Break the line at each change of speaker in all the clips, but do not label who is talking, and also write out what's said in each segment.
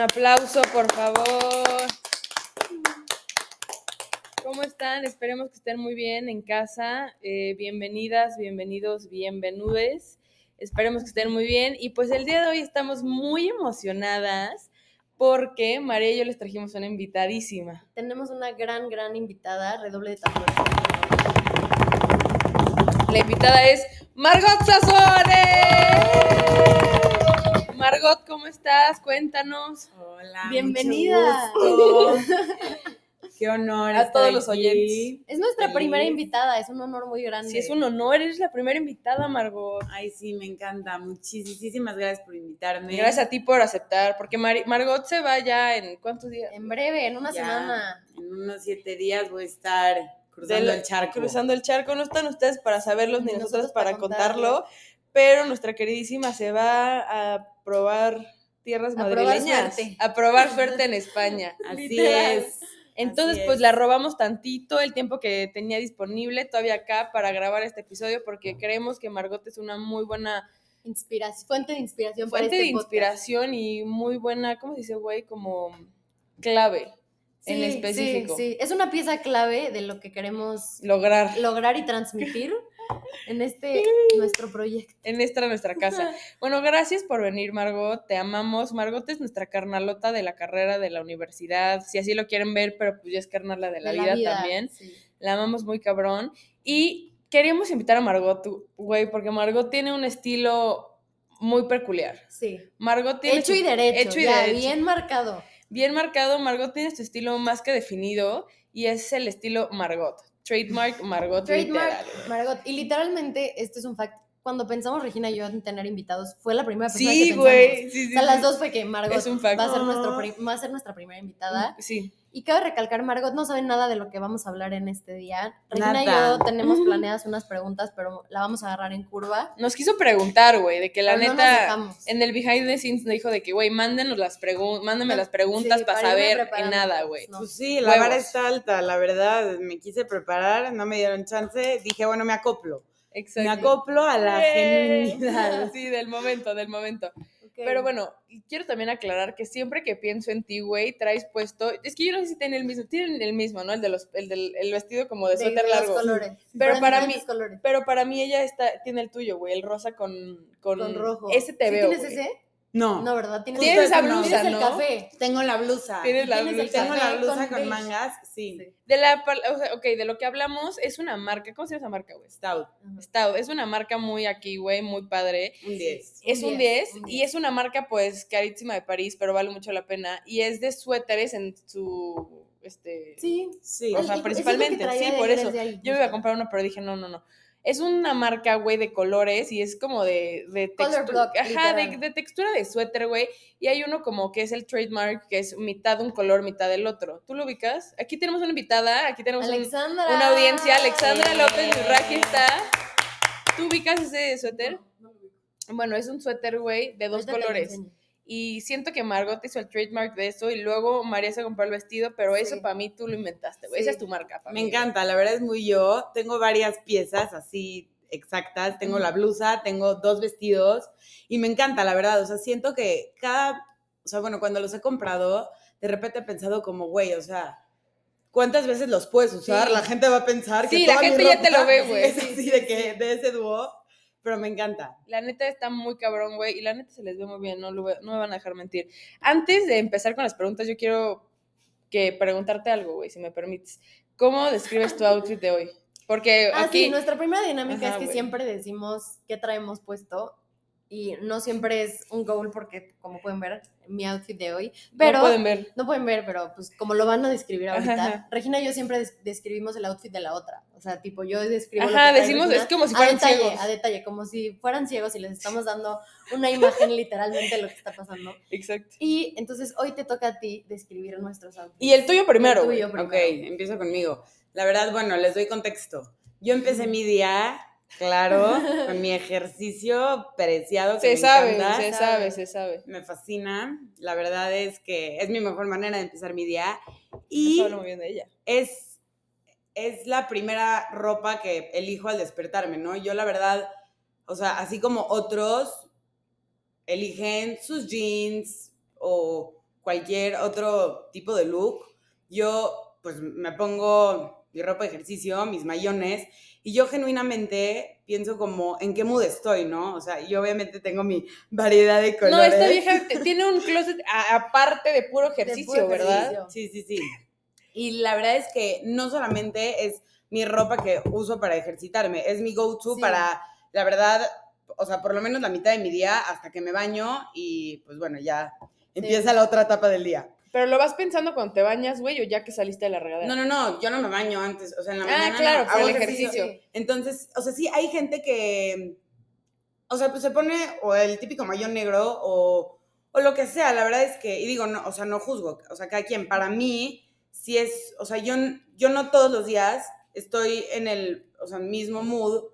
aplauso, por favor. ¿Cómo están? Esperemos que estén muy bien en casa. Eh, bienvenidas, bienvenidos, bienvenudes. Esperemos que estén muy bien. Y pues el día de hoy estamos muy emocionadas porque María y yo les trajimos una invitadísima.
Tenemos una gran, gran invitada, redoble de tambores.
La invitada es Margot Sazores. Margot, ¿cómo estás? Cuéntanos.
Hola.
Bienvenida.
mucho gusto. Qué honor.
A
estar
todos los
aquí.
oyentes.
Es nuestra
Feliz.
primera invitada, es un honor muy grande.
Sí, es un honor, eres la primera invitada, Margot.
Ay, sí, me encanta. Muchísimas gracias por invitarme.
Gracias a ti por aceptar, porque Mari- Margot se va ya en cuántos días?
En breve, en una
Ya.
semana.
En unos siete días voy a estar cruzando
Del-
el charco.
Cruzando el charco, no están ustedes para saberlo ni
Ni
nosotros
nosotros
para
para
contarlo, pero nuestra queridísima se va a probar tierras
A probar
madrileñas,
suerte.
a probar suerte en España.
Así
Literal.
es.
Entonces,
Así
pues
es.
la robamos tantito el tiempo que tenía disponible todavía acá para grabar este episodio porque creemos que Margot es una muy buena
Inspiración, fuente de inspiración para
fuente
este
de
podcast.
inspiración y muy buena, ¿cómo se dice, güey? Como clave en
Sí,
específico.
Sí, sí, es una pieza clave de lo que queremos
lograr
lograr y transmitir en este nuestro proyecto.
en esta nuestra casa. Bueno, gracias por venir, Margot. Te amamos. Margot es nuestra carnalota de la carrera de la universidad, si así lo quieren ver, pero pues ya es carnala de la,
de
vida, también.
sí.
La amamos muy cabrón. Y queríamos invitar a Margot, tú, güey, porque Margot tiene un estilo muy peculiar.
Sí.
Margot tiene
Hecho
su-
y derecho.
hecho y
ya,
derecho.
bien marcado.
bien marcado. Margot tiene su estilo más que definido y es el estilo Margot. Trademark Margot literal.
Trademark, Margot. Y literalmente, este es un fact. Cuando pensamos Regina y yo en tener invitados, fue la primera persona que
Sí,
pensamos.
güey. Sí,
O
sí,
sea, las
sí.
dos fue que Margot
Es un fact.
va, a ser nuestro
Ah.
pri- va a ser nuestra primera invitada.
Sí.
Y cabe recalcar, Margot no sabe nada de lo que vamos a hablar en este día. Regina y
Nada.
yo tenemos planeadas unas preguntas, pero la vamos a agarrar en curva.
nos quiso preguntar, güey, de que la
Pero no nos
neta
dejamos.
en el behind the scenes nos dijo de que, güey, mándenos las preguntas, mándame las preguntas
Sí,
para
para irme
saber en
preparando,
nada, güey.
¿no?
Pues sí, la
Huevos.
vara está alta, la verdad. Me quise preparar, no me dieron chance. Dije, bueno, me acoplo. Me
Exacto.
acoplo a la
Yay.
genuinidad.
Sí, del momento, del momento. Pero bueno, y quiero también aclarar que siempre que pienso en ti, güey, traes puesto, es que yo no sé si tienen el mismo, tienen el mismo, ¿no? El de los el del el vestido como de,
De
pues, suéter
los
largo.
colores.
Pero
Pero
para
para mí. Colores.
Pero para mí ella está tiene el tuyo, güey, el rosa con con,
Con rojo.
Ese te
¿Sí
veo.
¿Tienes
güey.
ese?
No,
No, ¿verdad? Tienes,
Tienes
esa
blusa,
Tienes
¿no?
el café.
tengo la blusa.
Tienes la
Tienes el
blusa.
Tengo la
café
blusa
con
con,
beige.
mangas, sí.
Sí.
De la, pal- o sea, ok, de lo que hablamos es una marca, ¿cómo se llama esa marca, güey?
Stout,
Ajá.
Stout es una marca muy aquí, güey, muy padre.
un 10.
Es un 10
diez, un
y es una marca pues carísima de París, pero vale mucho la pena. Y es de suéteres en su, este...
Sí.
Sí.
O sea, principalmente, sí, por eso. Yo me iba a comprar uno, pero dije, no, no, no. Es una marca, güey, de colores y es como de, de
Color
textu-
block,
Ajá, de,
literal.
de textura de suéter, güey. Y hay uno como que es el trademark, que es mitad un color, mitad del otro. ¿Tú lo ubicas? Aquí tenemos una invitada, aquí tenemos un-
Alexandra.
una audiencia. Alexandra
Eh.
Sí.
López Urraki está. ¿Tú ubicas ese suéter? Bueno, es un suéter, güey, de dos colores. Y siento que Margot hizo el trademark de eso y luego María se compró el vestido, pero eso
Sí.
para mí tú lo inventaste, güey.
Sí.
Esa es tu marca. pa'
Me
mí.
encanta, la verdad es muy yo. Tengo varias piezas así exactas. Tengo la blusa, tengo dos vestidos y me encanta, la verdad. O sea, siento que cada, o sea, bueno, cuando los he comprado, de repente he pensado como, güey, o sea, ¿cuántas veces los puedes usar?
Sí.
La gente va a pensar que
Sí, la
toda mi
gente ya te lo
ropa
ve, güey.
Es
Sí,
así de que de ese dúo, pero me encanta.
La neta está muy cabrón, güey. Y la neta se les ve muy bien, no, lo voy- no me van a dejar mentir. Antes de empezar con las preguntas, yo quiero que preguntarte algo, güey, si me permites. ¿Cómo describes tu outfit de hoy? Porque
Ah,
Eh, aquí...
sí, nuestra primera dinámica
Ajá,
es que
güey.
siempre decimos qué traemos puesto y no siempre es un goal porque, como pueden ver, mi outfit de hoy, pero...
no pueden ver.
No pueden ver, pero pues como lo van a describir ahorita,
Ajá, ajá.
Regina y yo siempre des- describimos el outfit de la otra. O sea, tipo, yo describo. lo
Ajá,
que trae
decimos,
Regina
es como si
a
fueran
detalle,
ciegos.
A detalle, como si fueran ciegos y les estamos dando una imagen literalmente de lo que está pasando.
Exacto.
Y entonces hoy te toca a ti describir nuestros outfits.
Y el tuyo primero.
El
güey.
tuyo primero.
Ok, empiezo conmigo. La verdad, bueno, les doy contexto. Yo empecé mi día, claro, con mi ejercicio preciado. Que
Se
me
sabe,
encanta.
se sabe, se sabe.
Me fascina. La verdad es que es mi mejor manera de empezar mi día.
Eso
Y
habla muy bien de ella.
es, es la primera ropa que elijo al despertarme, ¿no? Yo la verdad, o sea, así como otros eligen sus jeans o cualquier otro tipo de look. Yo pues me pongo mi ropa de ejercicio, mis mayones, y yo genuinamente pienso como en qué mood estoy, ¿no? O sea, yo obviamente tengo mi variedad de colores.
No, esta vieja te- tiene un closet a- aparte de puro ejercicio, ¿verdad?
ejercicio.
Sí, sí, sí. Y la verdad es que no solamente es mi ropa que uso para ejercitarme, es mi go-to
Sí.
para, la verdad, o sea, por lo menos la mitad de mi día hasta que me baño y pues bueno, ya empieza la otra etapa del día.
Pero lo vas pensando cuando te bañas, güey, o ya que saliste de la regadera.
No, no, no, yo no me baño antes, o sea, en la
Ah,
mañana
claro,
no,
por
pues,
hago
el ejercicio.
Sí.
Entonces, o sea, sí hay gente que, o sea, pues se pone o el típico mayón negro o, o lo que sea, la verdad es que, y digo, no, o sea, no juzgo, o sea, cada quien, para mí, sí es, o sea, yo, n- yo no todos los días estoy en el, o sea, mismo mood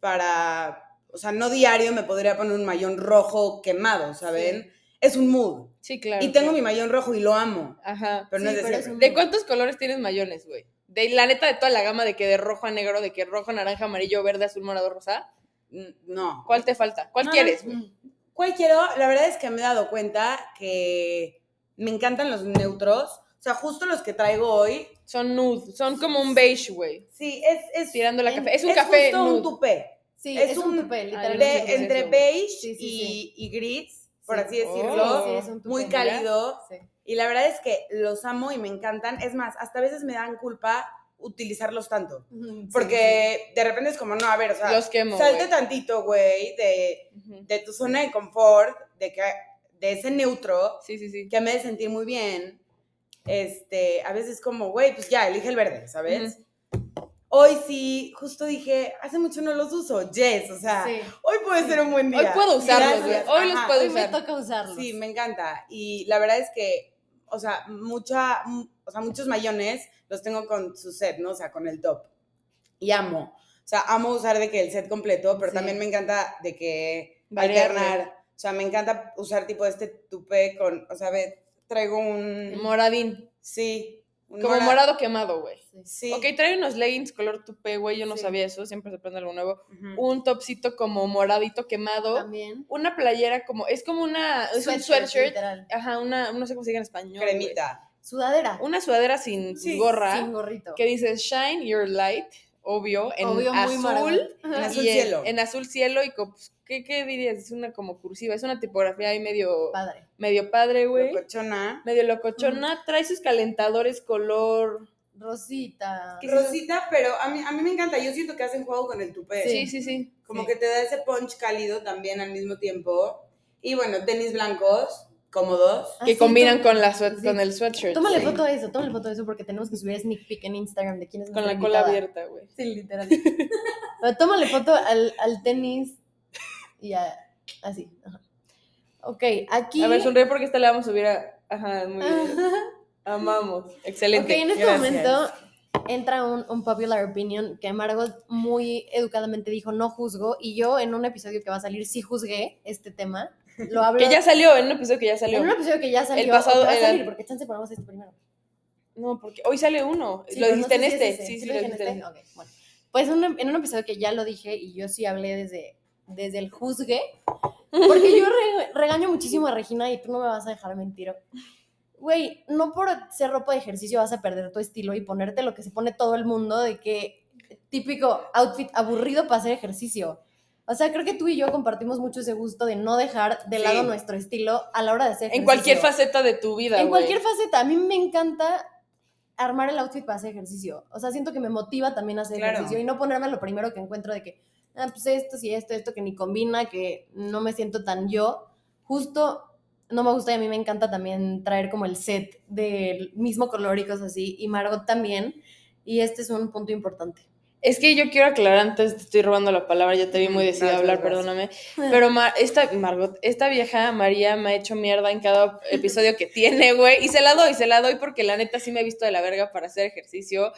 para, o sea, no diario me podría poner un mayón rojo quemado, ¿saben? Es un mood.
Sí, claro.
y tengo
claro.
mi mayón rojo y lo amo,
Ajá.
pero no
Sí,
es de
pero es
siempre.
un-
¿De cuántos colores tienes mayones, güey? De la neta de toda la gama de que de rojo a negro, de que rojo, naranja, amarillo, verde, azul, morado, rosa.
N- No.
¿Cuál te falta? ¿Cuál
No,
quieres?
no,
güey?
¿Cuál quiero? La verdad es que me he dado cuenta que me encantan los neutros. O sea, justo los que traigo hoy.
Son nude, son como un beige, güey.
Sí, es. es
Tirando la
En-
café. Es un café
justo un
nude.
tupé.
Sí,
Es
es, un,
un-
tupé,
Ay,
literalmente.
no
De-
sé qué es
entre
eso.
beige
Sí, sí, sí.
y, y grits, por
Sí.
así decirlo.
Oh.
Sí, es un tupé,
Muy
mira.
cálido.
Sí.
Y la verdad es que los amo y me encantan. Es más, hasta a veces me dan culpa utilizarlos tanto. Porque de repente es como, no, a ver, o sea,
Los quemo,
salte
güey.
tantito, güey, de,
Ujú.
de tu zona de confort, de, que, de ese neutro.
Sí, sí, sí.
que me hace sentir muy bien, este, a veces como, güey, pues ya, elige el verde, ¿sabes? Hoy sí, justo dije, hace mucho no los uso, yes, o sea,
Sí.
hoy puede ser un buen día.
Hoy puedo usarlos, güey.
Gracias,
Hoy los
ajá.
puedo
Hoy me
usar.
toca usarlos.
Sí, me encanta. Y la verdad es que, o sea, mucha, mm, o sea, muchos mayones los tengo con su set, ¿no? O sea, con el top. Y amo. O sea, amo usar de que el set completo, pero
Sí.
también me encanta de que
Variarle.
alternar. O sea, me encanta usar tipo este tupé con, o sea, ve, traigo un,
Moradín.
sí, un
Como
mora-
morado quemado, güey.
Sí.
Sí.
Ok, trae unos leggings color tupé, güey. Yo no
Sí.
sabía eso. Siempre se prende algo nuevo.
Ujú.
Un topsito como moradito quemado.
También.
Una playera como. Es como una. Es un sweatshirt.
Literal.
Ajá, una. No sé cómo se diga en español. güey.
Cremita.
Sudadera.
Una sudadera sin
Sí,
gorra.
Sin gorrito.
que dice Shine Your Light, obvio, en
Obvio, muy
azul.
maravilla.
En azul
y en-
cielo.
En, azul cielo y co- pues, ¿qué, ¿qué dirías? Es una como cursiva, es una tipografía ahí medio,
Padre.
medio padre, güey.
Locochona.
Medio locochona, trae sus calentadores color.
Rosita.
¿Qué es eso?
Rosita, pero a mí, a mí me encanta. Yo siento que hacen juego con el tupé.
Sí, sí, sí.
como
Sí.
que te da ese punch cálido también al mismo tiempo. Y bueno, tenis blancos, cómodos.
Ah,
que
sí,
combinan
tú-
con, la sue-
sí.
con el sweatshirt.
Tómale
güey.
foto a eso, tómale foto a eso porque tenemos que subir sneak peek en Instagram de quién es
Con
nuestra
la cola
invitada.
abierta, güey.
Sí, literal. Pero tómale foto al, al tenis y a, así. ajá. Ok, aquí.
A ver, sonríe porque esta la vamos a subir a. Ajá, muy bien. Amamos.
Ok,
Excelente.
en este
gracias.
momento entra un, un popular opinion que Margot muy educadamente dijo no juzgo y yo en un episodio que va a salir sí juzgué este tema. Lo hablo
Que ya salió, en un episodio que ya salió.
en un episodio que ya salió.
El pasado
o que va a
era-
salir, porque chance ponemos este primero.
No, porque hoy sale uno.
Sí,
lo
pero no
dijiste
sé
en
si es
este.
ese.
Sí, sí,
lo
lo
dije
dijiste en
en este. Ok, bueno. Pues un- en un episodio que ya lo dije y yo sí hablé desde, desde el juzgue, porque yo re- regaño muchísimo a Regina y tú no me vas a dejar mentir. Güey, no por ser ropa de ejercicio vas a perder tu estilo y ponerte lo que se pone todo el mundo de que típico outfit aburrido para hacer ejercicio. O sea, creo que tú y yo compartimos mucho ese gusto de no dejar de
Sí.
lado nuestro estilo a la hora de hacer ejercicio.
En cualquier faceta de tu vida.
En
güey.
cualquier faceta. A mí me encanta armar el outfit para hacer ejercicio. O sea, siento que me motiva también a hacer
Claro.
ejercicio y no ponerme lo primero que encuentro de que, ah, pues esto, sí, esto, esto que ni combina, que no me siento tan yo. Justo no me gusta y a mí me encanta también traer como el set del mismo color y cosas así. Y Margot también. Y este es un punto importante.
Es que yo quiero aclarar antes, te estoy robando la palabra, ya te vi muy
Mm,
decidida a
gracias,
hablar,
gracias.
perdóname. Pero Mar- esta, Margot, esta vieja María me ha hecho mierda en cada episodio que tiene, güey. Y se la doy, se la doy porque la neta sí me he visto de la verga para hacer ejercicio.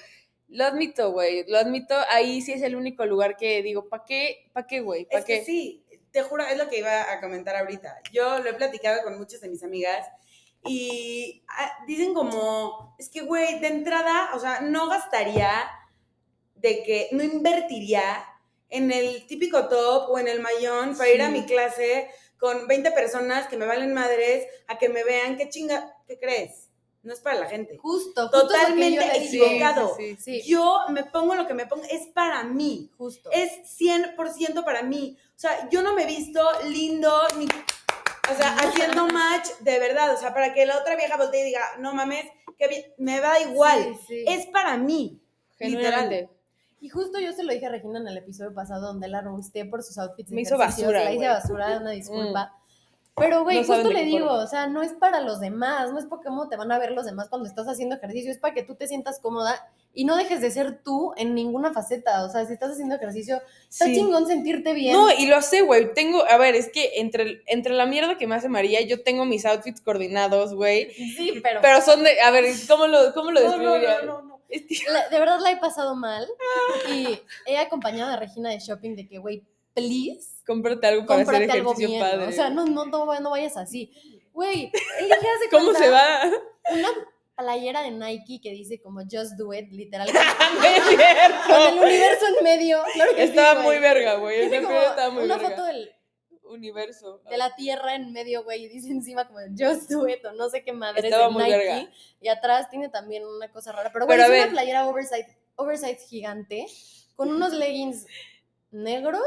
Lo admito, güey, lo admito. Ahí sí es el único lugar que digo, ¿pa' qué? ¿Pa' qué, güey? ¿Pa'
Es
qué?
que sí, te juro, es lo que iba a comentar ahorita. Yo lo he platicado con muchas de mis amigas y ah, dicen como, es que, güey, de entrada, o sea, no gastaría de que, no invertiría en el típico top o en el mayón para ir a
Sí.
mi clase con 20 personas que me valen madres a que me vean, ¿qué chinga? ¿Qué crees? No es para la gente.
Justo, justo
Totalmente
lo que yo le dije.
equivocado.
Sí, sí, sí.
Sí,
Yo me pongo lo que me pongo, es para mí.
justo.
Es 100% para mí. O sea, yo no me he visto lindo ni. O sea, haciendo match de verdad. O sea, para que la otra vieja voltee y diga, no mames, que bien. Me va igual.
Sí, sí.
Es para mí.
Genuinamente.
Y justo yo se lo dije a Regina en el episodio pasado donde la robusteé por sus outfits. de
Me hizo
ejercicio,
basura,
se La hice
güey. Mm.
basura, una disculpa. Pero, güey,
No saben
justo
de
le
qué
digo,
forma.
o sea, no es para los demás, no es porque cómo te van a ver los demás cuando estás haciendo ejercicio, es para que tú te sientas cómoda y no dejes de ser tú en ninguna faceta. O sea, si estás haciendo ejercicio, está
Sí.
chingón sentirte bien.
No, y lo sé, güey. Tengo, a ver, es que entre, entre la mierda que me hace María, yo tengo mis outfits coordinados, güey.
sí, pero...
Pero son de, a ver, ¿cómo lo, cómo lo
No, no,
describiría?
no, no, no.
Es que-
La- de verdad la he pasado mal y he acompañado a Regina de shopping de que, güey, please,
cómprate algo para
cómprate
hacer
algo
ejercicio
bien.
padre.
O sea, no, no, no, no vayas así. Güey, ella hace
¿Cómo se va?
Una playera de Nike que dice como Just Do It, literal.
No es cierto.
con el universo en medio. Claro que sí,
Estaba
güey.
muy verga, güey.
Tiene
Ese
como
pedo estaba muy
una
verga.
foto del-
Universo.
de la tierra en medio, güey, y dice encima como Just Do It o no sé qué madre
Estaba
de
muy
Nike.
verga.
Y atrás tiene también una cosa rara,
Pero
pero, güey,
a
es
ver.
una playera oversize, oversize gigante con unos leggings negros.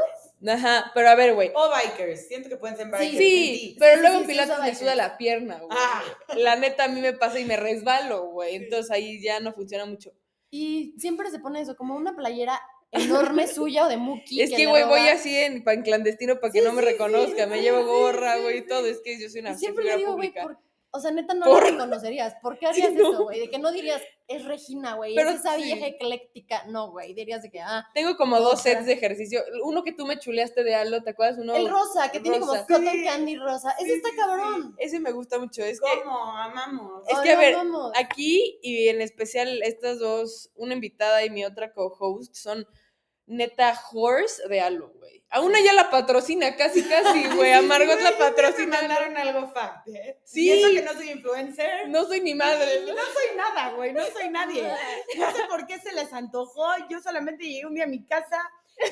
Ajá, pero a ver, güey.
O bikers. Siento que pueden ser bikers.
Sí,
Sí.
pero
sí,
luego
sí,
en
sí,
Pilates
usa
me
bikers.
suda la pierna, güey.
Ah.
La neta a mí me pasa y me resbalo, güey. Entonces ahí ya no funciona mucho.
Y siempre se pone eso, como una playera enorme suya o de Muki.
es que,
le
güey, voy
roba.
así en pan clandestino para que no me reconozca. me
sí,
llevo
sí,
gorra,
sí,
güey,
sí.
y todo. Es que yo soy una
Y siempre le
figura
digo, güey,
pública.
por- o sea, neta no
Por-
lo reconocerías. ¿Por qué harías
no.
eso, güey? De que no dirías, es Regina, güey,
Pero
es esa
sí.
vieja ecléctica. No, güey, dirías de que, ah,
Tengo como dos
Otra.
sets de ejercicio. Uno que tú me chuleaste de Aldo, ¿te acuerdas? Uno,
el rosa, que tiene como
rosa.
cotton
Sí.
candy rosa.
Sí,
Ese está
sí, sí.
cabrón.
Ese me gusta mucho. Es que Eh,
¿Cómo? Amamos.
Es
Ay,
que, a
no,
ver,
vamos.
aquí y en especial estas dos, una invitada y mi otra co-host, son neta horse de algo, güey. A una ya la patrocina, casi, casi, güey. A Margot la
Me
patrocina.
mandaron algo fact, ¿eh?
Sí.
Y eso que no soy influencer.
No soy ni madre.
No soy nada, güey. No soy nadie. No sé por qué se les antojó. Yo solamente llegué un día a mi casa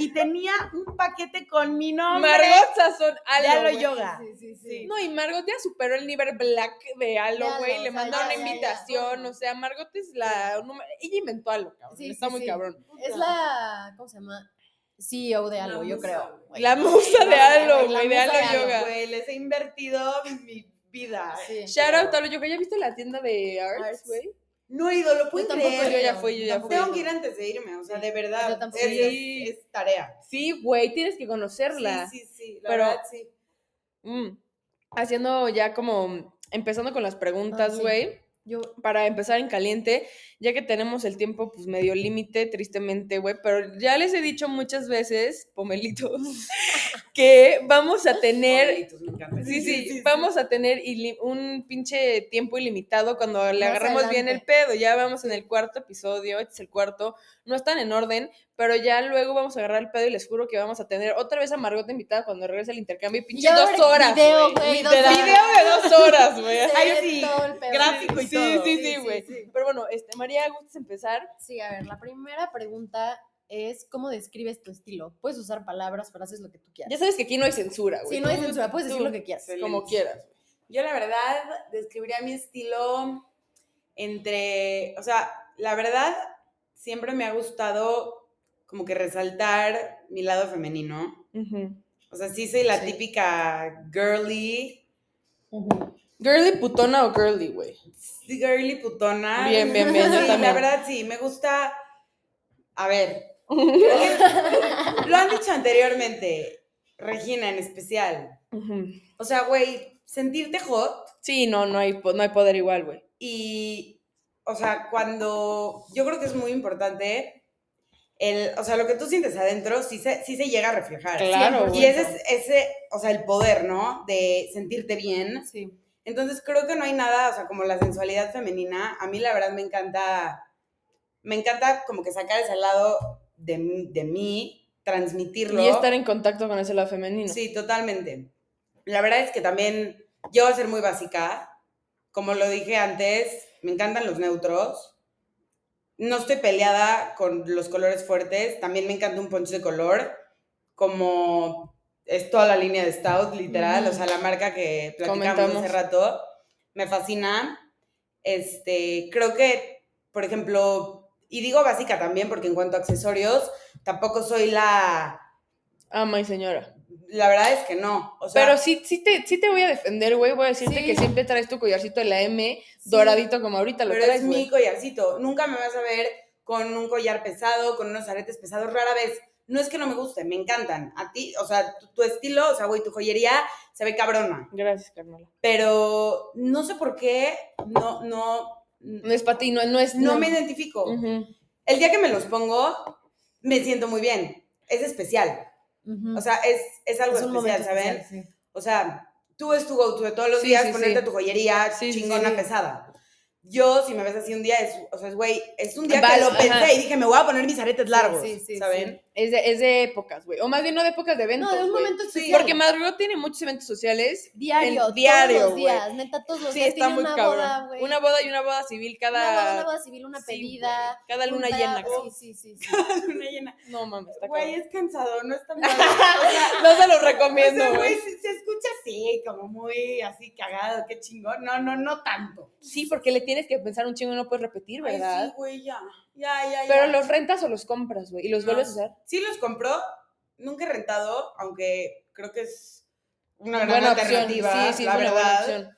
y tenía un paquete con mi nombre.
Margot Sazón, Alo.
Ya lo
güey.
yoga.
Sí, sí, sí.
Sí.
No, y Margot ya superó el nivel black de Alo,
De Alo,
güey.
o
Le
sea,
mandó
ya,
una
ya, ya.
invitación. O sea, Margot es la. número- Ella inventó algo, cabrón.
Sí,
Está
sí,
muy
sí.
cabrón.
Es la, ¿cómo se llama? CEO de algo,
La
yo
musa,
creo. güey.
La musa de
No,
Alo,
güey, la
güey. De
musa de
Alo
Alo,
Yoga.
Güey, les he invertido mi vida.
Sí.
Shout out a Alo Yoga. ¿Ya viste la tienda de Arts,
Arts.
güey?
No he ido, lo
Yo
puedo
tampoco
Yo
creer.
he
ya
ido,
fui, yo ya
tampoco he
fui.
Tengo que
ido.
ir antes de irme, o sea, de verdad.
Yo tampoco.
es,
Sí.
es- es tarea.
Sí, güey, tienes que conocerla.
Sí, sí, sí. La
Pero-
verdad, sí.
Mm. Haciendo ya como, empezando con las
Ah,
preguntas,
sí.
güey,
Yo,
para empezar en caliente, ya que tenemos el tiempo pues medio límite, tristemente, güey, pero ya les he dicho muchas veces, pomelitos, que vamos a tener...
Favoritos, me encanta.
Sí, sí, vamos a tener ili- un pinche tiempo ilimitado cuando le
Más
agarramos bien el
adelante.
pedo. Ya vamos en el cuarto episodio, este es el cuarto, no están en orden, pero ya luego vamos a agarrar el pedo y les juro que vamos a tener otra vez a Margot invitada cuando regrese el intercambio y pinche
Ya va a
dos
haber
horas.
video,
güey.
güey, dos
Literal.
horas.
Video de dos horas, güey.
se
Ahí
ve
sí,
todo el pedo.
Gráfico y
Sí,
todo.
sí, sí, güey. Pero bueno, este, María, ¿gustas empezar?
Sí, a ver, la primera pregunta es, ¿cómo describes tu estilo? Puedes usar palabras, frases, lo que tú quieras.
Ya sabes que aquí no hay censura, güey.
Si no hay
Tú-
censura, puedes decir
tú,
lo que quieras.
Como
Excelente.
quieras.
Yo la verdad describiría mi estilo entre, o sea, la verdad siempre me ha gustado como que resaltar mi lado femenino.
Ujú.
O sea, sí soy la
Sí.
típica girly,
¿Girly putona o girly, güey?
sí, girly putona.
Bien, bien, bien, yo
Sí, la
también.
verdad sí, me gusta, a ver, creo que- lo han dicho anteriormente, Regina en especial.
Ujú.
O sea, güey, sentirte hot
Sí, no, no hay, po- no hay poder igual, güey.
Y, o sea, cuando yo creo que es muy importante, el, o sea, lo que tú sientes adentro sí se, sí se llega a reflejar.
Claro,
Y
güey.
ese es ese, o sea, el poder, ¿no? De sentirte bien.
Sí.
Entonces creo que no hay nada, o sea, como la sensualidad femenina, a mí la verdad me encanta, me encanta como que sacar ese lado de, mí- de mí, transmitirlo.
Y estar en contacto con ese lado femenino.
Sí, totalmente. La verdad es que también yo voy a ser muy básica. Como lo dije antes, me encantan los neutros. No estoy peleada con los colores fuertes. También me encanta un poncho de color. Como es toda la línea de Stout, literal, o sea, la marca que platicamos
Comentamos.
hace rato, me fascina. Este, creo que, por ejemplo, y digo básica también, porque en cuanto a accesorios, tampoco soy la,
Ama y Ah, señora.
la verdad es que no, o sea,
Pero sí, sí, te, sí te voy a defender, güey. Voy a decirte
Sí.
que siempre traes tu collarcito de la M doradito como ahorita lo
pero
traes,
es
güey.
mi collarcito, nunca me vas a ver con un collar pesado, con unos aretes pesados, rara vez. No es que no me guste, me encantan. A ti, o sea, tu, tu estilo, o sea, güey, tu joyería se ve cabrona.
Gracias, Carmela.
Pero no sé por qué, no, no,
No es para ti, no, no es...
no me identifico.
Ujú.
El día que me los pongo, me siento muy bien. Es especial. O sea, es, es algo especial, ¿saben?
especial, sí.
O sea, tú es tu go-to de todos los
Sí,
días,
sí,
ponerte
sí.
tu joyería
Sí, sí,
chingona,
sí.
pesada. Yo, si me ves así un día, es, o sea, es, güey, es un día
Vas,
que lo
ajá.
pensé y dije, me voy a poner mis aretes largos,
sí, sí,
¿saben?
Es de, es de épocas, güey. O más bien no de épocas, de eventos,
No, de un
güey.
momento
Sí,
especial.
Porque Maduro tiene muchos eventos sociales. en-
diario, todos
diario,
los
güey.
días, neta, todos los
Sí,
días.
está
tiene
muy
una
cabrón.
boda, güey.
una boda y una boda civil
Una boda, una
cada...
boda civil, una
sí,
pedida.
güey. cada luna
un
llena.
trago,
cabrón.
Sí, sí, sí. sí.
Una llena.
No mames, está
Güey,
cabrón.
es cansado, no es tan malo. O sea,
No se los
O sea,
recomiendo,
güey,
güey.
se, se escucha así, como muy así cagado, qué chingón. No, no, no tanto.
Sí, porque le tienes que pensar un chingo y no puedes repetir,
Ay,
¿verdad?
sí, güey, ya. Ya, ya, ya.
Pero los rentas o los compras, güey, y los
No.
vuelves a usar.
Sí los compró, nunca he rentado, aunque creo que es una gran alternativa,
Sí, sí,
la
es una buena
verdad.
opción.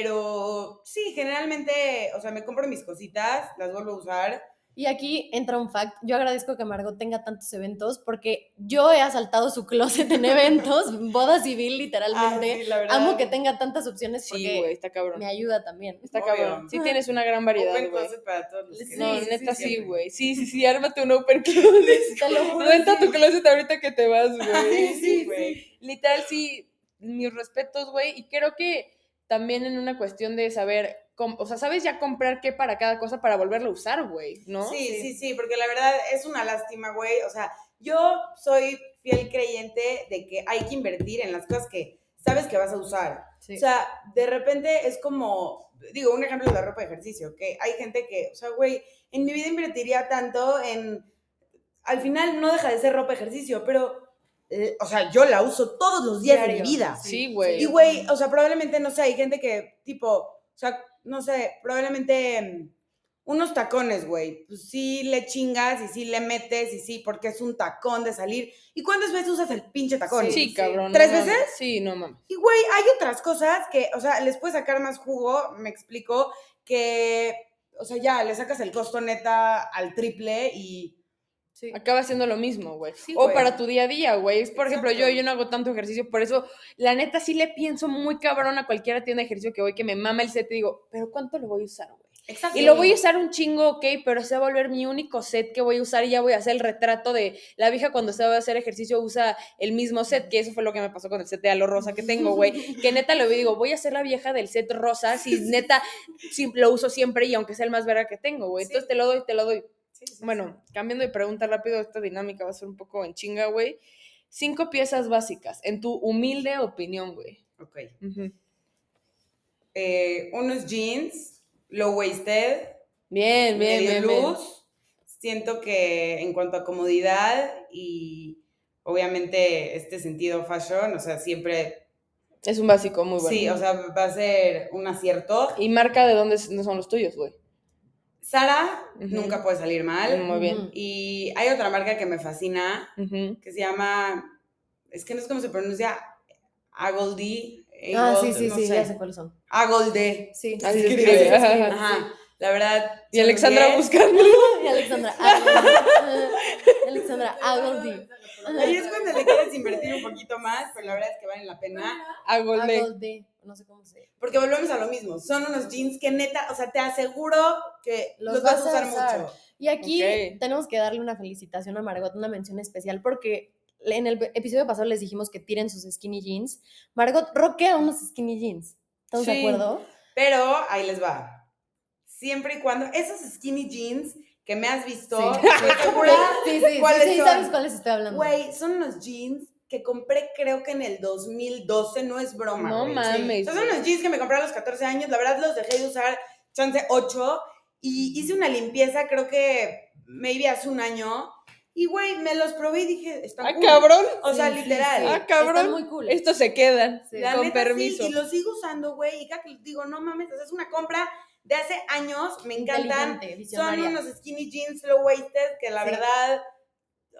Pero sí, generalmente, o sea, me compro mis cositas, las vuelvo a usar.
Y aquí entra un fact. Yo agradezco que Margot tenga tantos eventos porque yo he asaltado su closet en eventos, boda civil literalmente.
Ah, sí, la verdad.
Amo que tenga tantas opciones
Sí, güey,
porque
está cabrón.
me ayuda también.
Está
Obvio.
cabrón. Sí tienes una gran variedad,
Open
güey.
closet para todos los que
Sí,
no,
sí,
neta
sí,
sí,
siempre.
güey. Sí, sí, sí, ármate un open closet.
Te lo juro.
Renta
sí.
tu closet ahorita que te vas, güey.
Sí, sí, güey.
Literal, sí, mis respetos, güey. Y creo que también en una cuestión de saber, com- o sea, sabes ya comprar qué para cada cosa para volverlo a usar, güey, ¿no?
Sí, sí, sí, porque la verdad es una lástima, güey. O sea, yo soy fiel creyente de que hay que invertir en las cosas que sabes que vas a usar.
Sí.
O sea, de repente es como, digo, un ejemplo de la ropa de ejercicio, que hay gente que, o sea, güey, en mi vida invertiría tanto en, al final no deja de ser ropa de ejercicio, pero, eh, o sea, yo la uso todos los días de
Diario,
mi vida.
Sí, güey.
Y, güey, o sea, probablemente, no sé, hay gente que, tipo, o sea, no sé, probablemente mm, unos tacones, güey. Pues sí le chingas y sí le metes y sí, porque es un tacón de salir. ¿Y cuántas veces usas el pinche tacón?
Sí, cabrón. no
¿Tres
mames.
veces?
Sí, no mames.
Y, güey, hay otras cosas que, o sea, les puedes sacar más jugo, me explico, que, o sea, ya le sacas el costo neta al triple y...
Sí.
acaba siendo lo mismo, güey.
Sí,
o
güey.
para tu día a día, güey. Es, Por ejemplo, yo,
Exacto.
yo no hago tanto ejercicio, por eso, la neta, sí le pienso muy cabrón a cualquier tienda de ejercicio que voy, que me mama el set y digo, pero ¿cuánto lo voy a usar, güey?
Exacto.
Y lo voy a usar un chingo, ok, pero se va a volver mi único set que voy a usar y ya voy a hacer el retrato de la vieja cuando se va a hacer ejercicio usa el mismo set, que eso fue lo que me pasó con el set de halo rosa que tengo, güey. Que neta lo vi y digo, voy a ser la vieja del set rosa, si neta si lo uso siempre y aunque sea el más verga que tengo, güey.
Sí.
Entonces te lo doy, te lo doy.
Sí, sí, sí.
Bueno, cambiando de pregunta rápido, esta dinámica va a ser un poco en chinga, güey. Cinco piezas básicas, en tu humilde opinión, güey.
Ok.
Ujú.
Eh, unos jeans, low-waisted,
Bien, bien,
medio
bien, bien.
luz. Siento que en cuanto a comodidad y obviamente este sentido fashion, o sea, siempre,
Es un básico muy bueno.
sí, o sea, va a ser un acierto.
Y marca de dónde s- son los tuyos, güey.
Sara
Ujú.
nunca puede salir mal.
Muy bien.
Ujú.
Y hay otra marca que me fascina,
Ujú.
que se llama, es que no sé cómo se pronuncia, Agoldi.
Ah,
Agold,
sí, sí,
no
sí,
sé.
ya sé cuáles son.
Agolde.
Sí.
Así se
se escribe,
escribe,
así se
ajá.
Ajá, la verdad.
Y Alexandra
busca
buscando.
Y Alexandra Agoldi. Alexandra Agoldi.
Ahí es cuando le quieres invertir un poquito más, pero la verdad es que valen la pena.
A Golden.
Agoldi. No sé cómo se
Porque volvemos a lo mismo. Son unos jeans que neta, o sea, te aseguro que los,
Los
vas, a usar, mucho.
Y aquí
Ok.
tenemos que darle una felicitación a Margot, una mención especial, porque en el episodio pasado les dijimos que tiren sus skinny jeans. Margot roquea unos skinny jeans. ¿Estamos
Sí.
de acuerdo?
Pero ahí les va. Siempre y cuando esos skinny jeans que me has visto,
Sí.
estoy segura,
Sí, sí, sí,
¿Cuáles
sí,
son?
sabes cuáles estoy hablando.
güey, son unos jeans que compré creo que en el 2012, no es broma.
No
güey.
mames,
O sea, son
güey.
unos jeans que me compré a los 14 años, la verdad los dejé de usar chance 8 y hice una limpieza creo que maybe hace un año Y güey, me los probé y dije, está
¡Ah,
cool.
cabrón!
O sea,
Sí, sí,
literal.
sí.
Ah, cabrón.
Están muy cool.
Estos se quedan,
Sí.
La
este, con
neta, sí,
permiso.
y los sigo usando, güey. Y cada que los digo, no mames, o sea, es una compra de hace años, me encantan.
Inteligente,
Son
visionaria.
unos skinny jeans low waisted que la
Sí.
verdad,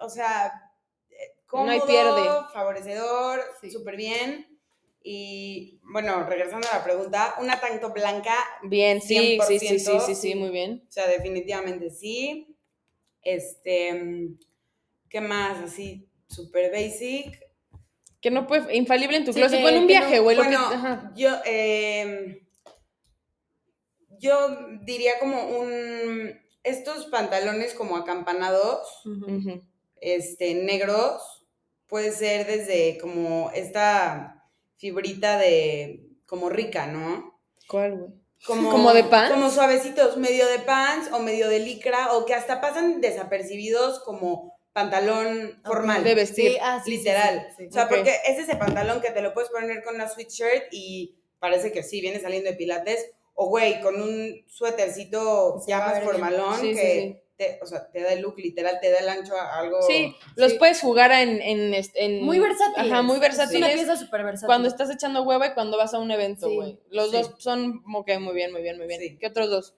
o sea, eh,
No hay
cómodo,
pierde.
favorecedor,
Sí.
súper bien. Y bueno, regresando a la pregunta, una tank top blanca,
Bien, sí, sí, sí, sí, sí, sí,
100%.
muy bien.
o sea, definitivamente sí. Este, mm, ¿qué más? Así, súper basic.
Que no puede, infalible en tu
Sí,
closet.
que-
Fue en un
que no-
viaje, güey. lo que-
Bueno,
ajá.
yo, eh, yo diría como un, estos pantalones como acampanados,
Ujú.
este, negros, puede ser desde como esta fibrita de, como rica, ¿no?
¿Cuál, güey?
Como,
¿Como de pants?
Como suavecitos, medio de pants o medio de licra, o que hasta pasan desapercibidos como pantalón formal.
De vestir.
Sí, ah, sí, sí,
pues Literal.
sí, sí.
O sea,
Ok.
porque es ese pantalón que te lo puedes poner con una sweatshirt y parece que sí, viene saliendo de pilates. O, güey, con un suétercito
Se
ya
va a
más
ver bien.
formalón
Sí, sí,
que
sí.
Te, o sea, te da el look, literal, te da el ancho a algo.
Sí, los
Sí.
puedes jugar en, en, este- en-
Muy versátil.
Ajá, muy
Es una
versátiles.
pieza súper versátil.
Cuando estás echando hueva y cuando vas a un evento,
Sí,
güey. Los
sí.
dos son, ok, muy bien, muy bien, muy bien.
Sí.
¿Qué otros dos?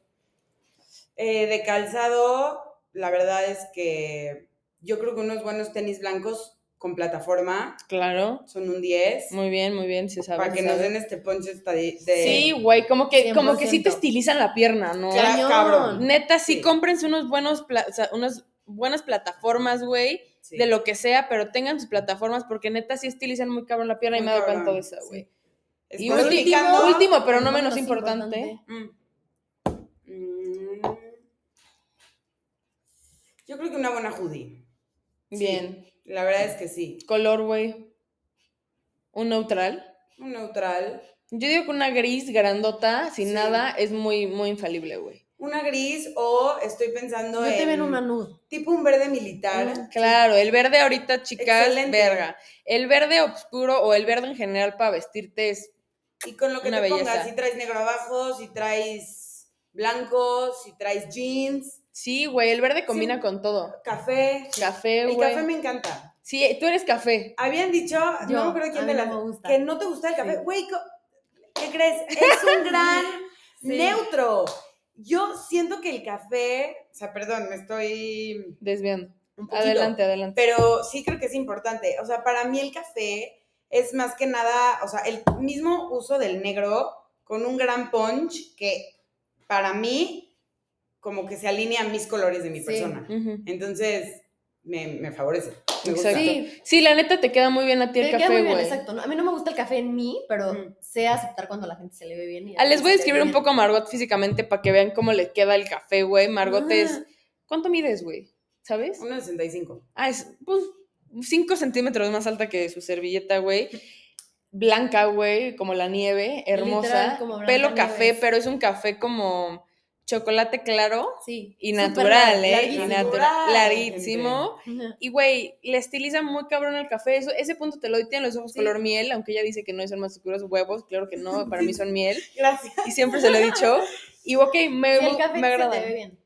Eh, de calzado, la verdad es que yo creo que unos buenos tenis blancos con plataforma
Claro.
son un 10.
Muy bien, muy bien, se sabe.
Para
se
que nos
sabe.
den este ponche esta de. de-
Sí, güey, como que, como que sí te
100%.
estilizan la pierna, ¿no?
Claro.
Cañón.
cabrón.
Neta, sí,
Sí.
cómprense unos buenos, pla- o sea, unas buenas plataformas, güey,
sí.
de lo que sea, pero tengan sus plataformas porque neta sí estilizan muy cabrón la pierna y
Muy
me he dado cuenta
cabrón,
de eso, güey.
Es
Y
por
último,
picando.
último, pero no menos importante.
Mm. Mm. Yo creo que una buena hoodie.
Bien.
La verdad es que sí.
Color, güey. Un neutral.
Un neutral.
Yo digo que una gris grandota, sin
Sí.
nada, es muy, muy infalible, güey.
Una gris o estoy pensando
Yo
en.
te veo en una nude.
Tipo un verde militar.
Claro, el verde ahorita, chicas,
Ah, Excelente.
verga. El verde oscuro o el verde en general para vestirte es
Y con lo que
Una
te
belleza.
pongas, si traes negro abajo, si traes blanco, si traes jeans,
Sí, güey, el verde combina
Sí.
con todo.
café.
Café,
El
güey.
café me encanta.
Sí, tú eres café.
Habían dicho,
Yo,
no creo
a
quién
mí
de
no
las.
me gusta.
que no te gusta el café.
Sí.
Güey, co- ¿qué crees? Es un gran neutro. Yo siento que el café. O sea, perdón, me estoy.
Desviando.
Un poquito,
Adelante, adelante.
Pero sí creo que es importante. O sea, para mí el café es más que nada. O sea, el mismo uso del negro con un gran punch que para mí, como que se alinea a mis colores de mi
Sí.
persona.
Ujú.
Entonces, me, me favorece. Me gusta.
Exacto.
Sí.
Sí, la neta te queda muy bien a ti el
Te queda
café,
muy bien,
güey.
exacto. ¿no? A mí no me gusta el café en mí, pero
Mm.
sé aceptar cuando a la gente se le ve bien. y
Ah, Les
se
voy a
le
Este,
ve
describir un
bien.
poco a Margot físicamente para que vean cómo le queda el café, güey. Margot
Ah.
es. ¿Cuánto mides, güey? ¿Sabes?
1.65.
Ah, es 5 centímetros más alta que su servilleta, güey. Blanca, güey, como la nieve, hermosa.
Literal, como
Pelo
Blancanieves.
café, pero es un café como chocolate claro.
Ah, Sí.
Y
Súper
natural,
largo,
¿eh?
larguísimo.
Y natural.
Natural,
Larguísimo.
Ajá.
Y, güey, le estiliza muy cabrón el café. Eso, ese punto te lo doy. Tiene los ojos color miel, aunque ella dice que no son más oscuros huevos. Claro que no, para mí son miel.
Gracias.
Y siempre se lo he dicho. Y, ok, me,
Sí, el café
me
se te
agrada.
ve bien.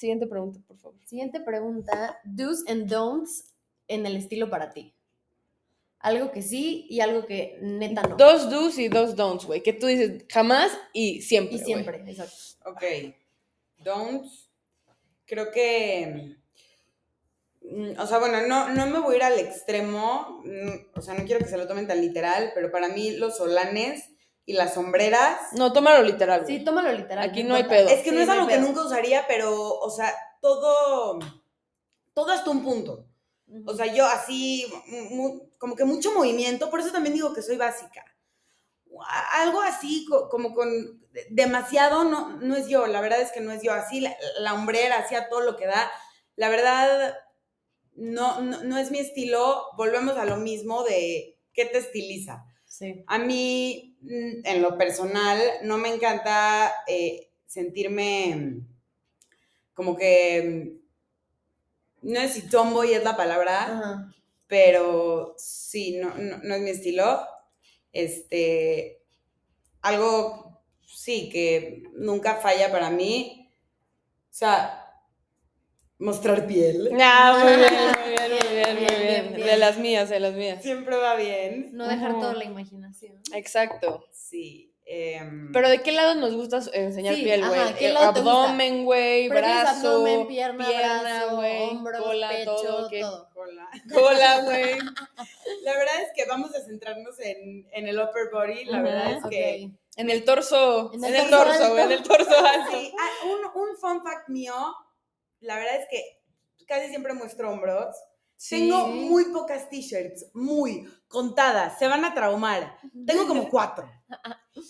Siguiente pregunta, por favor.
Siguiente pregunta. Do's and don'ts en el estilo para ti. Algo que sí y algo que neta no.
Dos do's y dos don'ts, güey. Que tú dices jamás y siempre.
y
güey.
siempre, exacto.
Ok. Don'ts. Creo que. mm, O sea, bueno, no, no me voy a ir al extremo. mm, O sea, no quiero que se lo tomen tan literal, pero para mí los solanes y las sombreras.
No, tómalo literal. güey.
Sí, tómalo literal.
Aquí no hay
importa.
pedo.
es que no
Sí,
es algo que
pedo.
nunca usaría, pero, o sea, todo. Todo hasta un punto. O sea, yo así, mu- mu- como que mucho movimiento, por eso también digo que soy básica. A- Algo así, co- como con de- demasiado, no, no es yo, la verdad es que no es yo, así la, la hombrera, así a todo lo que da. La verdad, no, no, no es mi estilo, volvemos a lo mismo de qué te estiliza.
Sí.
A mí, mm, en lo personal, no me encanta eh, sentirme mm, como que, mm, no sé si tomboy es la palabra,
Ajá.
pero sí, no, no, no es mi estilo. Este, algo, sí, que nunca falla para mí. O sea, mostrar piel.
Ah, muy bien, muy bien, muy bien, muy
Bien, bien,
bien.
bien.
De las mías, de las mías.
Siempre va bien.
No dejar
Ujú.
toda la imaginación.
Exacto.
Sí. em,
Pero ¿de qué lado nos gusta su- enseñar
Sí,
piel, güey?
ajá, ¿qué
Eh,
lado te gusta?
Abdomen, güey,
Prefieres
brazo,
abdomen, pierna, brazo,
güey,
hombros,
cola,
pecho,
todo, ¿qué?
todo.
cola.
Cola, güey.
La verdad es que vamos a centrarnos en, en el upper body. La
Ajá.
verdad es
Ok.
que
En el torso. En
En
el,
el
torso,
torso
güey, en
alto.
el torso alto.
Sí, ah, un, un fun fact mío, la verdad es que casi siempre muestro hombros. Tengo
Sí.
muy pocas t-shirts, muy contadas, se van a traumar. Tengo como cuatro.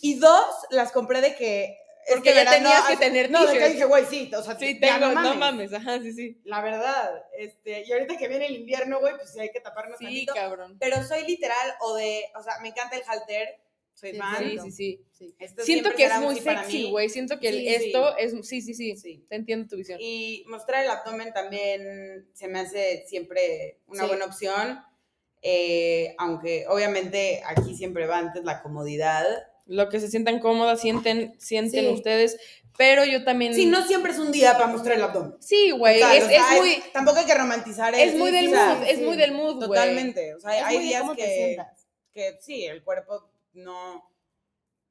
Y dos las compré de que...
Porque
este
ya tenías
verano-
que tener
No, de que
t-shirts.
dije, güey, sí, o sea,
Sí,
ya
tengo, no, mames. ajá, sí, sí.
La verdad, este, y ahorita que viene el invierno, güey, pues sí hay que taparnos
Sí,
tantito.
cabrón.
Pero soy literal o de, o sea, me encanta el halter, soy
Sí,
fan.
Sí,
Tanto.
sí, sí.
Esto
Siento
Este siempre
que es
será un
muy
sí para mí.
sexy, güey. Siento que el-
Sí,
sí.
esto es. Sí, sí, sí,
Sí.
Te entiendo tu visión.
Y mostrar el abdomen también se me hace siempre una
Sí.
buena opción, eh, aunque obviamente aquí siempre va antes la comodidad.
Lo que se sientan cómodas, sienten, sienten
Sí.
ustedes. Pero yo también.
Sí, no siempre es un día para mostrar el abdomen.
Sí, Mm. güey.
Total,
es,
o sea,
es muy.
Tampoco hay que romantizar
Es
eso,
muy del
o sea,
mood, es
sí,
muy del mood, güey.
Totalmente. O sea,
Es
hay
muy de
días
cómo te
que,
sientas.
que sí, el cuerpo no.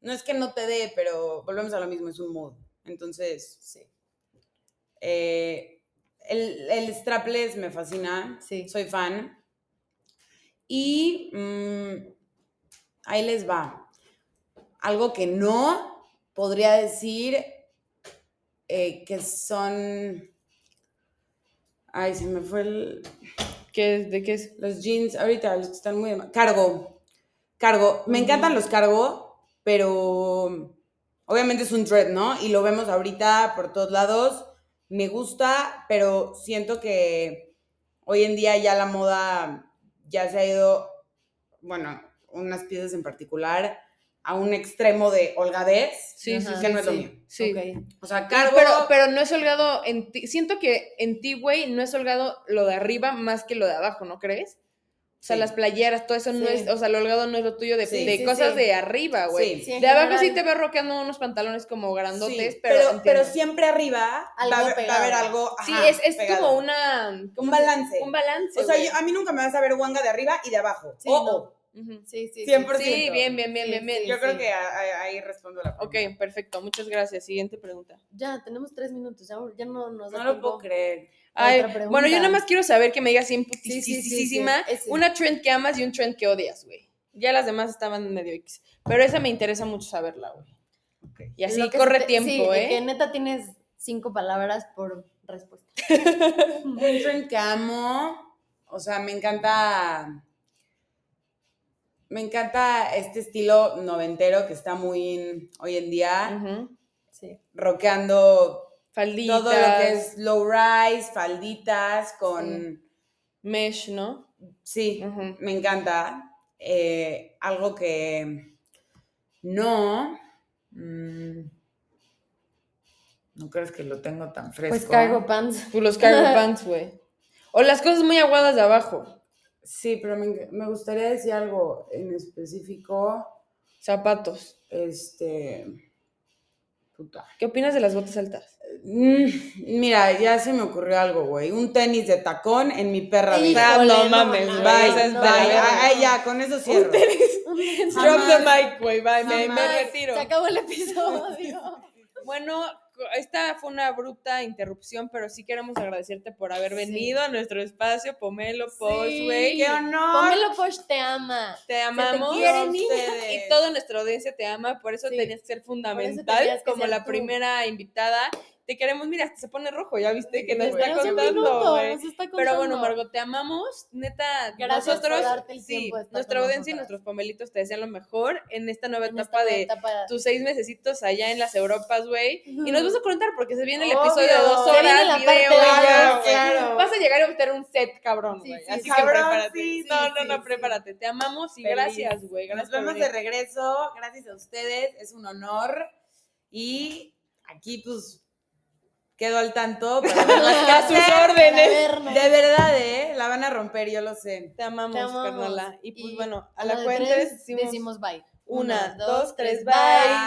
No es que no te dé, pero volvemos a lo mismo, es un mood. Entonces,
Sí.
Eh, el, el strapless me fascina.
Sí.
Soy fan. Y mm, ahí les va. Algo que no podría decir eh, que son. Ay, se me fue el-
¿Qué es? ¿De qué es?
los jeans ahorita, los que están muy. de ma- Cargo. Cargo. Me encantan los cargo, pero obviamente es un thread, ¿no? Y lo vemos ahorita por todos lados. Me gusta, pero siento que hoy en día ya la moda ya se ha ido, bueno, unas piezas en particular, a un extremo de holgadez,
Sí,
Ajá,
que no es lo
sí,
mío.
Sí.
ok.
O sea,
Ah,
cargo.
Pero, pero no es holgado en ti. Siento que en ti, güey, no es holgado lo de arriba más que lo de abajo, ¿no crees? O sea,
Sí.
las playeras, todo eso no
Sí.
es. O sea, lo holgado no es lo tuyo de,
Sí,
de
sí,
cosas
sí.
de arriba, güey.
Sí.
Sí, en
De abajo
general.
sí te veo roqueando unos pantalones como grandotes,
sí,
pero.
pero, pero
entiendo.
siempre arriba
Algo
va, a haber- va a haber
pegado.
algo.
Sí,
ajá,
es, es
pegado.
como una.
Un
como
balance.
Un balance.
O sea,
güey.
yo- a mí nunca me vas a ver guanga de arriba y de abajo. Oh,
Sí,
o,
no.
o.
Ujú.
Sí, sí. sí.
100%.
Sí, bien, bien, bien,
Sí,
bien, bien.
sí.
Yo creo que a- a- ahí respondo la
Ok,
pregunta.
perfecto. Muchas gracias. Siguiente pregunta.
Ya, tenemos tres minutos. Ya, ya no nos da
No lo
tiempo.
puedo creer.
Ay,
Otra pregunta.
bueno, yo nada más quiero saber que me digas bien
sí, sí,
putisísima.
sí, ese.
Una trend que amas y un trend que odias, güey. Ya las demás estaban medio X. Pero esa me interesa mucho saberla, güey. Y así
Lo que
corre
se te-
tiempo,
sí,
¿eh?
De que neta tienes cinco palabras por respuesta.
Un trend que amo. O sea, me encanta. Me encanta este estilo noventero que está muy in hoy en
Ah,
día.
Ujú.
Sí.
Rockeando
Falditas.
todo lo que es low rise, falditas, con.
Mesh, ¿no?
Sí,
Ujú.
me encanta. Eh, algo que no. mm, no crees que lo tengo tan fresco.
Pues cargo pants.
Pues los cargo pants, güey. O las cosas muy aguadas de abajo.
Sí, pero me, enc- me gustaría decir algo en específico.
Zapatos.
Este. Puta.
¿Qué opinas de las botas altas?
Mm, mira, ya se me ocurrió algo, güey. Un tenis de tacón en mi perra
Híjole,
vida.
no
no
mames, güey,
mames,
Bye,
esa es
no,
de la
bye.
verga.
Ay, ya, con eso cierro.
Drop the
Jamás.
mic, güey. Bye, me, me
Jamás.
retiro.
Se acabó el episodio.
Bueno, co- esta fue una abrupta interrupción, pero sí queremos agradecerte por haber
Sí.
venido a nuestro espacio, Pomelo, Posh,
Sí,
güey.
¡Qué honor!
Pómelo Posh te ama.
Te amamos.
quiere,
a
niña.
ustedes.
y toda nuestra audiencia te ama, por eso
Sí.
tenías que ser
Por eso
fundamental
tenías que
como
ser
la
tú.
primera invitada. Te queremos, mira, hasta se pone rojo, ya viste que nos
Sí,
está
Tenemos un
contando,
minuto,
güey.
nos está contando.
Pero bueno, Margot, te amamos. Neta,
Gracias por
nosotros,
darte el
sí,
tiempo de estar
nuestra
con
audiencia y
nosotras.
nuestros pomelitos te desean lo mejor en esta nueva
En
etapa
esta
de
etapa-
tus seis mesecitos allá en las Europas, güey. Y nos vas a contar porque se viene el
Obvio.
episodio de dos
Se
viene
horas,
la
video,
parte de-
ya,
Claro,
güey.
claro.
Vas a llegar a obtener un set, cabrón,
Sí,
güey.
sí,
Así
sí.
que
Cabrón,
prepárate.
sí,
no,
sí,
no, no,
sí,
prepárate. Te amamos y
Feliz.
gracias, güey.
Nos
Gracias por
vemos de
venir.
regreso. Gracias a ustedes. Es un honor. Y aquí, pues, quedo al tanto. para ver las que
A sus
hacer.
órdenes.
De verdad, ¿eh? La van a romper, yo lo sé.
Te amamos,
Te amamos.
carnala. Y pues
Y
bueno, a
a
la
de
cuenta
tres
decimos
decimos bye.
una, dos, tres, bye.